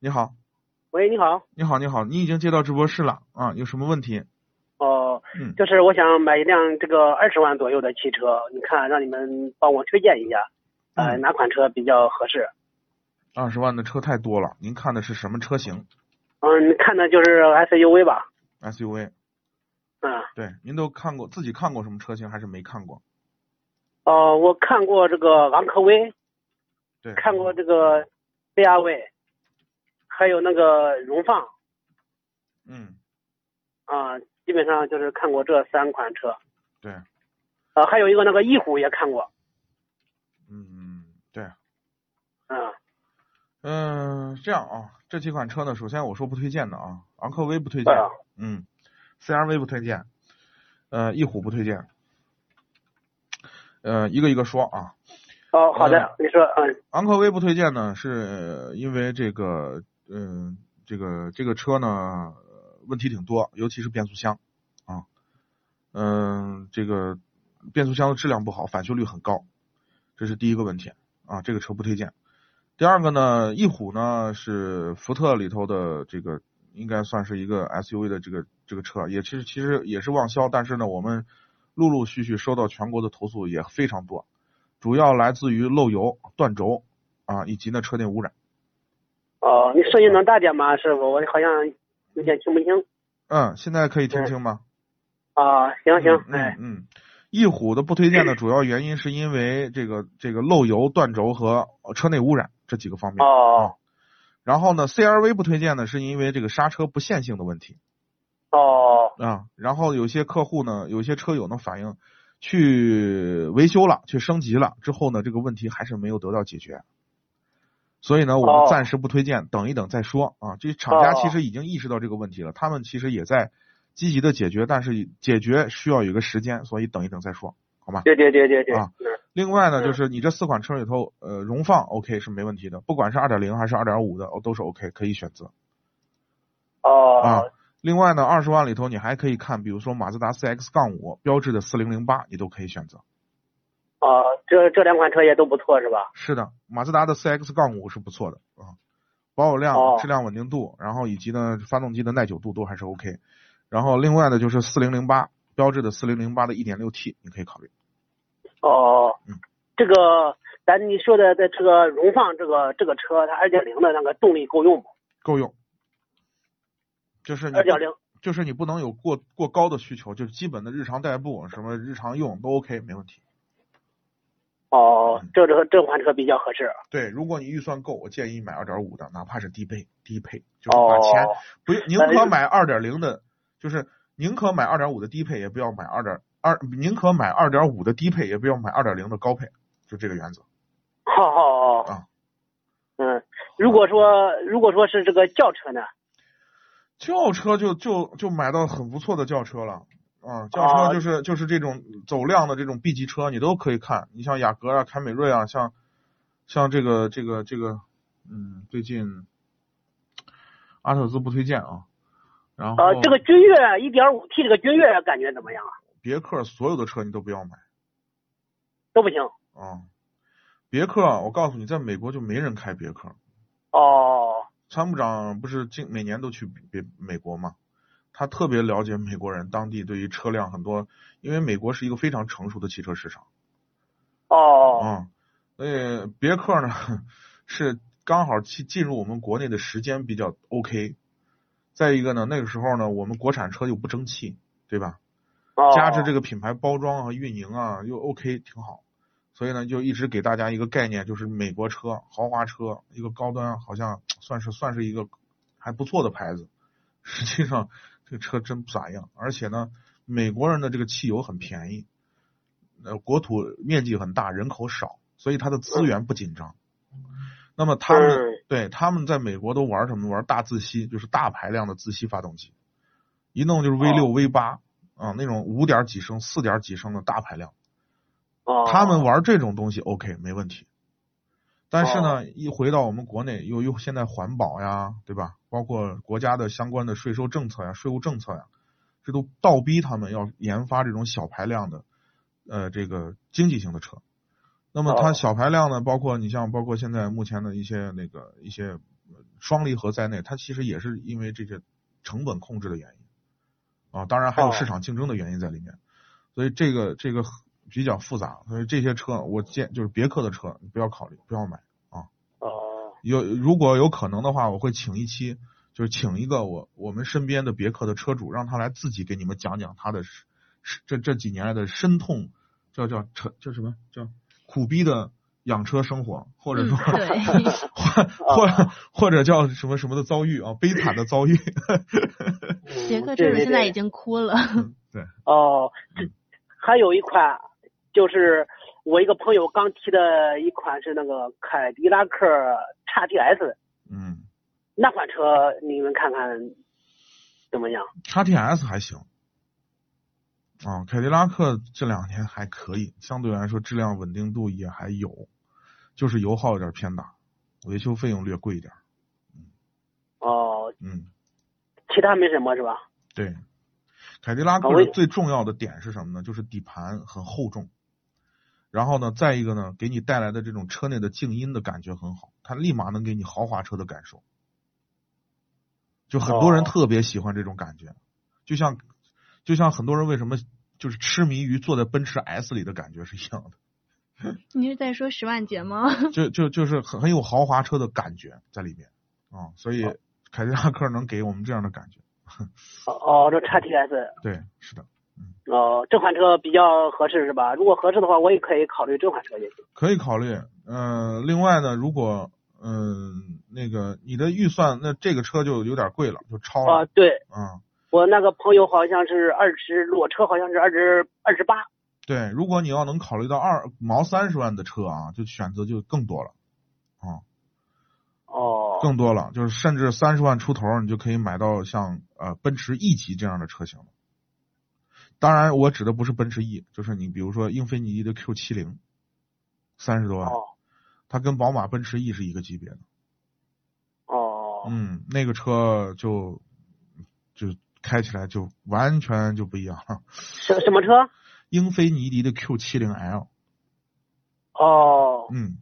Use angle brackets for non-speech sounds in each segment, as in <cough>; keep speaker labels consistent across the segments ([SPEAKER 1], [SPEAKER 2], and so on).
[SPEAKER 1] 你好，
[SPEAKER 2] 喂，你好。
[SPEAKER 1] 你好，你好，你已经接到直播室了啊？有什么问题？
[SPEAKER 2] 哦、
[SPEAKER 1] 嗯
[SPEAKER 2] 就是我想买一辆这个二十万左右的汽车，你看让你们帮我推荐一下，呃，
[SPEAKER 1] 嗯
[SPEAKER 2] 哪款车比较合适？
[SPEAKER 1] 二十万的车太多了，您看的是什么车型
[SPEAKER 2] 嗯，你看的就是 SUV 吧？
[SPEAKER 1] ？SUV？
[SPEAKER 2] 嗯，
[SPEAKER 1] 对，您都看过自己看过什么车型还是没看过？
[SPEAKER 2] 哦、我看过这个昂科威，
[SPEAKER 1] 对，
[SPEAKER 2] 看过这个 CRV，还有那个荣放
[SPEAKER 1] 嗯，
[SPEAKER 2] 啊、基本上就是看过这三款车。
[SPEAKER 1] 对，
[SPEAKER 2] 呃，还有一个那个翼虎也看过。
[SPEAKER 1] 嗯，对，
[SPEAKER 2] 嗯，
[SPEAKER 1] 嗯、这样啊，这几款车呢，首先我说不推荐的啊，昂科威不推
[SPEAKER 2] 对
[SPEAKER 1] 荐，
[SPEAKER 2] 啊，
[SPEAKER 1] 嗯，CRV 不推荐，呃，翼虎不推荐，呃，一个一个说啊，
[SPEAKER 2] 哦，好的
[SPEAKER 1] 嗯，
[SPEAKER 2] 你说，嗯，
[SPEAKER 1] 昂科威不推荐呢，是因为这个，嗯、这个这个车呢呃问题挺多，尤其是变速箱啊，嗯、这个变速箱的质量不好，返修率很高，这是第一个问题啊，这个车不推荐。第二个呢，翼虎呢是福特里头的这个应该算是一个 SUV 的这个这个车，也其实其实也是旺销，但是呢，我们陆陆续续收到全国的投诉也非常多，主要来自于漏油、断轴啊，以及呢车内污染。
[SPEAKER 2] 哦，你声音能大点吗，师傅？我好像有点听不清。
[SPEAKER 1] 嗯，现在可以听清吗？
[SPEAKER 2] 啊，行行，
[SPEAKER 1] 嗯嗯
[SPEAKER 2] 哎，
[SPEAKER 1] 嗯。翼虎的不
[SPEAKER 2] <coughs>
[SPEAKER 1] 推荐的主要原因是因为这个这个漏油、断轴和车内污染这几个方面。
[SPEAKER 2] 哦
[SPEAKER 1] 然后呢，CRV 不推荐呢，是因为这个刹车不线性的问题。
[SPEAKER 2] 哦
[SPEAKER 1] 啊，然后有些客户呢，有些车友呢反映去维修了，去升级了之后呢，这个问题还是没有得到解决，所以呢，我
[SPEAKER 2] 哦
[SPEAKER 1] 们暂时不推荐，等一等再说啊。这厂家其
[SPEAKER 2] 哦
[SPEAKER 1] 实已经意识到这个问题了，他们其实也在积极的解决，但是解决需要有一个时间，所以等一等再说，好吗？
[SPEAKER 2] 对对对对对，
[SPEAKER 1] 啊
[SPEAKER 2] 嗯
[SPEAKER 1] 另外呢，
[SPEAKER 2] 嗯
[SPEAKER 1] 就是你这四款车里头，呃，荣放 OK 是没问题的，不管是二点零还是二点五的，哦都是 OK 可以选择。啊
[SPEAKER 2] 哦，
[SPEAKER 1] 另外呢，二十万里头你还可以看，比如说马自达 CX 杠五、标致的四零零八，你都可以选择。
[SPEAKER 2] 哦，这这两款车也都不错是吧？
[SPEAKER 1] 是的，马自达的 CX 杠五是不错的啊，保有量、
[SPEAKER 2] 哦
[SPEAKER 1] 质量稳定度，然后以及呢发动机的耐久度都还是 OK。然后另外呢就是四零零八，标致的四零零八的一点六 T 你可以考虑。
[SPEAKER 2] 哦
[SPEAKER 1] 嗯，
[SPEAKER 2] 这个咱你说的这这个荣放这个这个车，它二点零的那个动力够用吗？
[SPEAKER 1] 够用。就是你
[SPEAKER 2] 二点零
[SPEAKER 1] 就是你不能有过过高的需求，就是基本的日常代步、什么日常用都 OK 没问题。
[SPEAKER 2] 哦，
[SPEAKER 1] 嗯
[SPEAKER 2] 这这这款车比较合适。
[SPEAKER 1] 对，如果你预算够，我建议买二点五的，哪怕是低配，低配就是把
[SPEAKER 2] 哦
[SPEAKER 1] 钱、不用，宁
[SPEAKER 2] 那就
[SPEAKER 1] 可
[SPEAKER 2] 是
[SPEAKER 1] 买二点零的，就是宁可买二点五的低配，也不要买二点二，宁可买二点五的低配，也不要买二点零的高配，就这个原则。
[SPEAKER 2] 好好好
[SPEAKER 1] 啊。
[SPEAKER 2] 嗯，如果说如果说是这个轿车呢？
[SPEAKER 1] 轿车就就就买到很不错的轿车了。啊，轿
[SPEAKER 2] 啊
[SPEAKER 1] 车就是、就是这种走量的这种 B 级车，你都可以看。你像雅阁啊、凯美瑞啊，像像这个这个这个，嗯，最近阿特兹不推荐啊。然后、
[SPEAKER 2] 呃，这个君越一点五 T 这个君越感觉怎么样啊？
[SPEAKER 1] 别克所有的车你都不要买
[SPEAKER 2] 都不行。
[SPEAKER 1] 啊。别克啊，我告诉你，在美国就没人开别克。
[SPEAKER 2] 哦
[SPEAKER 1] 参谋长不是今每年都去别美国吗？他特别了解美国人当地对于车辆很多，因为美国是一个非常成熟的汽车市场
[SPEAKER 2] 哦
[SPEAKER 1] 嗯啊、所以别克呢 <laughs> 是刚好进进入我们国内的时间比较 OK。再一个呢，那个时候呢，我们国产车又不争气，对吧？
[SPEAKER 2] 哦，
[SPEAKER 1] 加之这个品牌包装和运营啊又 OK，挺好。所以呢，就一直给大家一个概念，就是美国车、豪华车，一个高端，好像算是算是一个还不错的牌子。实际上，这个车真不咋样，而且呢，美国人的这个汽油很便宜，呃，国土面积很大，人口少，所以它的资源不紧张。那么他们
[SPEAKER 2] 嗯
[SPEAKER 1] 对他们在美国都玩什么？玩大自吸，就是大排量的自吸发动机，一弄就是 V 六、V
[SPEAKER 2] 哦
[SPEAKER 1] 八啊，那种五点几升、四点几升的大排量。
[SPEAKER 2] 哦
[SPEAKER 1] 他们玩这种东西 OK 没问题，但是
[SPEAKER 2] 哦
[SPEAKER 1] 呢，一回到我们国内，又又现在环保呀，对吧？包括国家的相关的税收政策呀、税务政策呀，这都倒逼他们要研发这种小排量的，呃，这个经济型的车。那么它
[SPEAKER 2] 哦
[SPEAKER 1] 小排量呢，包括你像包括现在目前的一些那个一些呃双离合在内，它其实也是因为这些成本控制的原因啊，当然还有
[SPEAKER 2] 哦
[SPEAKER 1] 市场竞争的原因在里面。所以这个这个比较复杂，所以这些车我建就是别克的车，你不要考虑，不要买。
[SPEAKER 2] 哦
[SPEAKER 1] 有如果有可能的话，我会请一期，就是请一个我我们身边的别克的车主，让他来自己给你们讲讲他的是是这这几年来的深痛，叫叫成叫什么叫苦逼的养车生活，或者
[SPEAKER 3] 嗯，
[SPEAKER 1] 说、
[SPEAKER 3] 对，
[SPEAKER 1] 或 <laughs> 或或者叫什么什么的遭遇啊，悲惨的遭遇。 <laughs>
[SPEAKER 3] <laughs>
[SPEAKER 2] 嗯
[SPEAKER 3] 杰克
[SPEAKER 2] 对
[SPEAKER 3] 车
[SPEAKER 2] 对
[SPEAKER 3] 主
[SPEAKER 2] 对
[SPEAKER 3] 现在已经哭了。 <laughs>
[SPEAKER 1] 对，
[SPEAKER 2] 哦，这还有一款就是我一个朋友刚提的一款是那个凯迪拉克 XTS
[SPEAKER 1] 嗯
[SPEAKER 2] 那款车，你们看看怎么样？
[SPEAKER 1] ，XTS 还行。啊，凯迪拉克这两年还可以，相对来说质量稳定度也还有，就是油耗有点偏大，维修费用略贵一点。
[SPEAKER 2] 哦，
[SPEAKER 1] 嗯，
[SPEAKER 2] 其他没什么是吧？
[SPEAKER 1] 对，凯迪拉克
[SPEAKER 2] 啊我
[SPEAKER 1] 的
[SPEAKER 2] 也
[SPEAKER 1] 最重要的点是什么呢？就是底盘很厚重，然后呢，再一个呢，给你带来的这种车内的静音的感觉很好，它立马能给你豪华车的感受。就很多人
[SPEAKER 2] 哦
[SPEAKER 1] 特别喜欢这种感觉，就像就像很多人为什么就是痴迷于坐在奔驰 S 里的感觉是一样的，
[SPEAKER 3] 你是在说十万节吗？
[SPEAKER 2] <laughs>
[SPEAKER 1] 就就就是很很有豪华车的感觉在里面啊、所以凯迪拉克能给我们这样的感觉。
[SPEAKER 2] 哦，哦这 XTS
[SPEAKER 1] 对，是的。
[SPEAKER 2] 哦，这款车比较合适是吧？如果合适的话，我也可以考虑这款车也行。
[SPEAKER 1] 可以考虑。呃，另外呢，如果嗯、那个你的预算，那这个车就有点贵了，就超
[SPEAKER 2] 啊、
[SPEAKER 1] 了。
[SPEAKER 2] 对
[SPEAKER 1] 嗯，
[SPEAKER 2] 我那个朋友好像是二十，裸车好像是二十二十八。
[SPEAKER 1] 对，如果你要能考虑到二毛三十万的车啊，就选择就更多了，
[SPEAKER 2] 哦，
[SPEAKER 1] 更多了，就是甚至三十万出头儿，你就可以买到像呃奔驰 E 级这样的车型了。当然，我指的不是奔驰 E，就是你比如说英菲尼迪的 Q 7 0三十多万，
[SPEAKER 2] 哦
[SPEAKER 1] 它跟宝马、奔驰 E 是一个级别的。
[SPEAKER 2] 哦，
[SPEAKER 1] 嗯，那个车就就开起来就完全就不一样了。
[SPEAKER 2] 什什么车？
[SPEAKER 1] 英菲尼迪的 Q 7 0 L，
[SPEAKER 2] 哦
[SPEAKER 1] 嗯，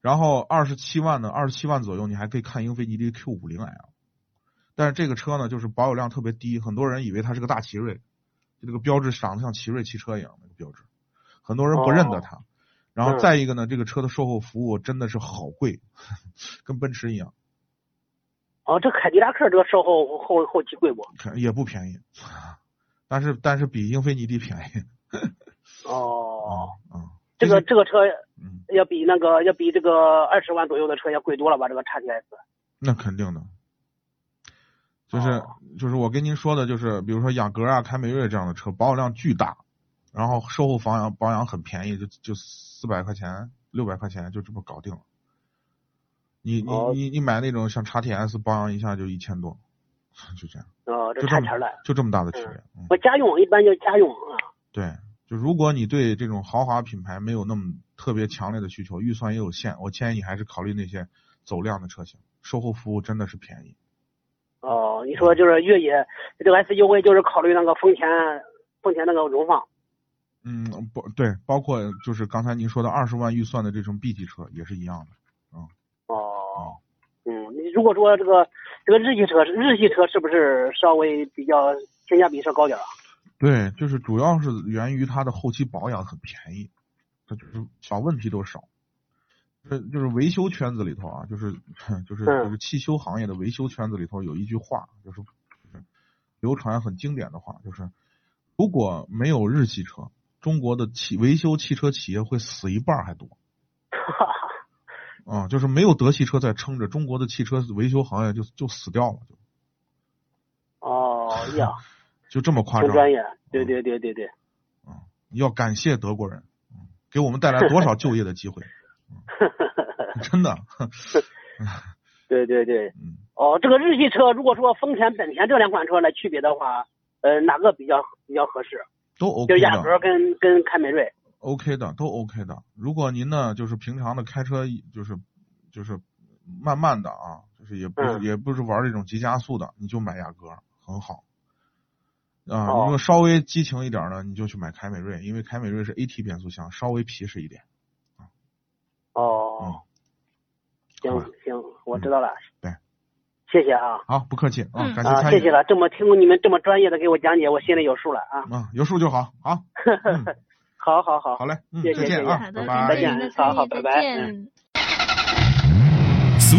[SPEAKER 1] 然后二十七万呢，二十七万左右你还可以看英菲尼迪 Q 5 0 L，但是这个车呢，就是保有量特别低，很多人以为它是个大奇瑞，就那个标志长得像奇瑞汽车一样那个标志，很多人不认得它。然后
[SPEAKER 2] 嗯
[SPEAKER 1] 再一个呢，这个车的售后服务真的是好贵， <laughs> 跟奔驰一样，
[SPEAKER 2] 哦，这凯迪拉克这个售后后后期贵不？
[SPEAKER 1] 可也
[SPEAKER 2] <laughs>
[SPEAKER 1] 不便宜，但是但是比英菲尼迪便宜。
[SPEAKER 2] 哦，
[SPEAKER 1] <laughs> 嗯，嗯，
[SPEAKER 2] 这个
[SPEAKER 1] 就是
[SPEAKER 2] 这个车
[SPEAKER 1] 嗯，
[SPEAKER 2] 要比那个要比这个二十万左右的车要贵多了吧？这个 XTS。
[SPEAKER 1] 那肯定的，就是、
[SPEAKER 2] 哦
[SPEAKER 1] 就是我跟您说的，就是比如说雅阁啊、凯美瑞这样的车，保有量巨大，然后售后保养保养很便宜，就就四百块钱、六百块钱就这么搞定了。你你
[SPEAKER 2] 哦
[SPEAKER 1] 你你买那种像 XTS 保养一下就一千多， <laughs> 就这样，
[SPEAKER 2] 哦，这
[SPEAKER 1] 就
[SPEAKER 2] 差
[SPEAKER 1] 这
[SPEAKER 2] 钱
[SPEAKER 1] 么
[SPEAKER 2] 了。
[SPEAKER 1] 就这么大的区别。嗯，
[SPEAKER 2] 我家用一般就家用啊。
[SPEAKER 1] 对，就如果你对这种豪华品牌没有那么特别强烈的需求，预算也有限，我建议你还是考虑那些走量的车型，售后服务真的是便宜。
[SPEAKER 2] 哦，你说就是越野这个 SUV 就是考虑那个丰田丰田那个荣放。
[SPEAKER 1] 嗯，不对，包括就是刚才您说的二十万预算的这种 B 级车也是一样的。
[SPEAKER 2] 哦，嗯，你如果说这个这个日系车日系车是不是稍微比较性价比稍高点儿啊？ <laughs>
[SPEAKER 1] 对，就是主要是源于它的后期保养很便宜，它就是小问题都少。呃，就是维修圈子里头啊，就是就是
[SPEAKER 2] 嗯
[SPEAKER 1] 就是汽修行业的维修圈子里头有一句话，就是就是流传很经典的话，就是如果没有日系车，中国的汽维修汽车企业会死一半儿还多。啊、就是没有德系车在撑着，中国的汽车维修行业就就死掉了，就
[SPEAKER 2] 哦呀，
[SPEAKER 1] 就这 <laughs> 么夸
[SPEAKER 2] 挺
[SPEAKER 1] 张。嗯
[SPEAKER 2] 专业，对对对对对，
[SPEAKER 1] 要感谢德国人，嗯给我们带来多少就业的机会，
[SPEAKER 2] <laughs>
[SPEAKER 1] 嗯真的。
[SPEAKER 2] 对对对。
[SPEAKER 1] 嗯，
[SPEAKER 2] 哦，这个日系车，如果说丰田、本田这两款车来区别的话，呃，哪个比较比较合适？ <laughs>
[SPEAKER 1] 都
[SPEAKER 2] 就
[SPEAKER 1] OK
[SPEAKER 2] 是雅
[SPEAKER 1] 的
[SPEAKER 2] 阁跟跟凯美瑞。
[SPEAKER 1] ，OK 的，都 OK 的。如果您呢，就是平常的开车，就是就是慢慢的啊，就是也不是、
[SPEAKER 2] 嗯
[SPEAKER 1] 也不是玩这种急加速的，你就买雅阁，很好。啊，
[SPEAKER 2] 哦
[SPEAKER 1] 如果稍微激情一点呢，你就去买凯美瑞，因为凯美瑞是 AT 变速箱，稍微皮实一点。
[SPEAKER 2] 哦，行
[SPEAKER 1] 嗯好吧嗯
[SPEAKER 2] 行，我知道了。
[SPEAKER 1] 对，
[SPEAKER 2] 谢谢啊
[SPEAKER 1] 好，不客气啊，
[SPEAKER 3] 嗯
[SPEAKER 1] 感谢
[SPEAKER 2] 啊，
[SPEAKER 1] 参与，
[SPEAKER 2] 谢谢了，这么听过你们这么专业的给我讲解，我心里有数了啊。
[SPEAKER 1] 啊，有数就好，好，
[SPEAKER 2] <laughs>
[SPEAKER 1] 嗯
[SPEAKER 2] 好好好
[SPEAKER 1] 好。嘞，嗯，
[SPEAKER 2] 谢谢
[SPEAKER 1] 再见
[SPEAKER 2] 谢
[SPEAKER 1] 啊
[SPEAKER 2] 谢
[SPEAKER 3] 好，的，
[SPEAKER 1] 拜
[SPEAKER 3] 感
[SPEAKER 1] 拜
[SPEAKER 3] 谢。您的
[SPEAKER 2] 好
[SPEAKER 3] 参
[SPEAKER 2] 好
[SPEAKER 3] 与，
[SPEAKER 2] 拜嗯
[SPEAKER 3] 再
[SPEAKER 2] 拜
[SPEAKER 3] 见。
[SPEAKER 4] 俗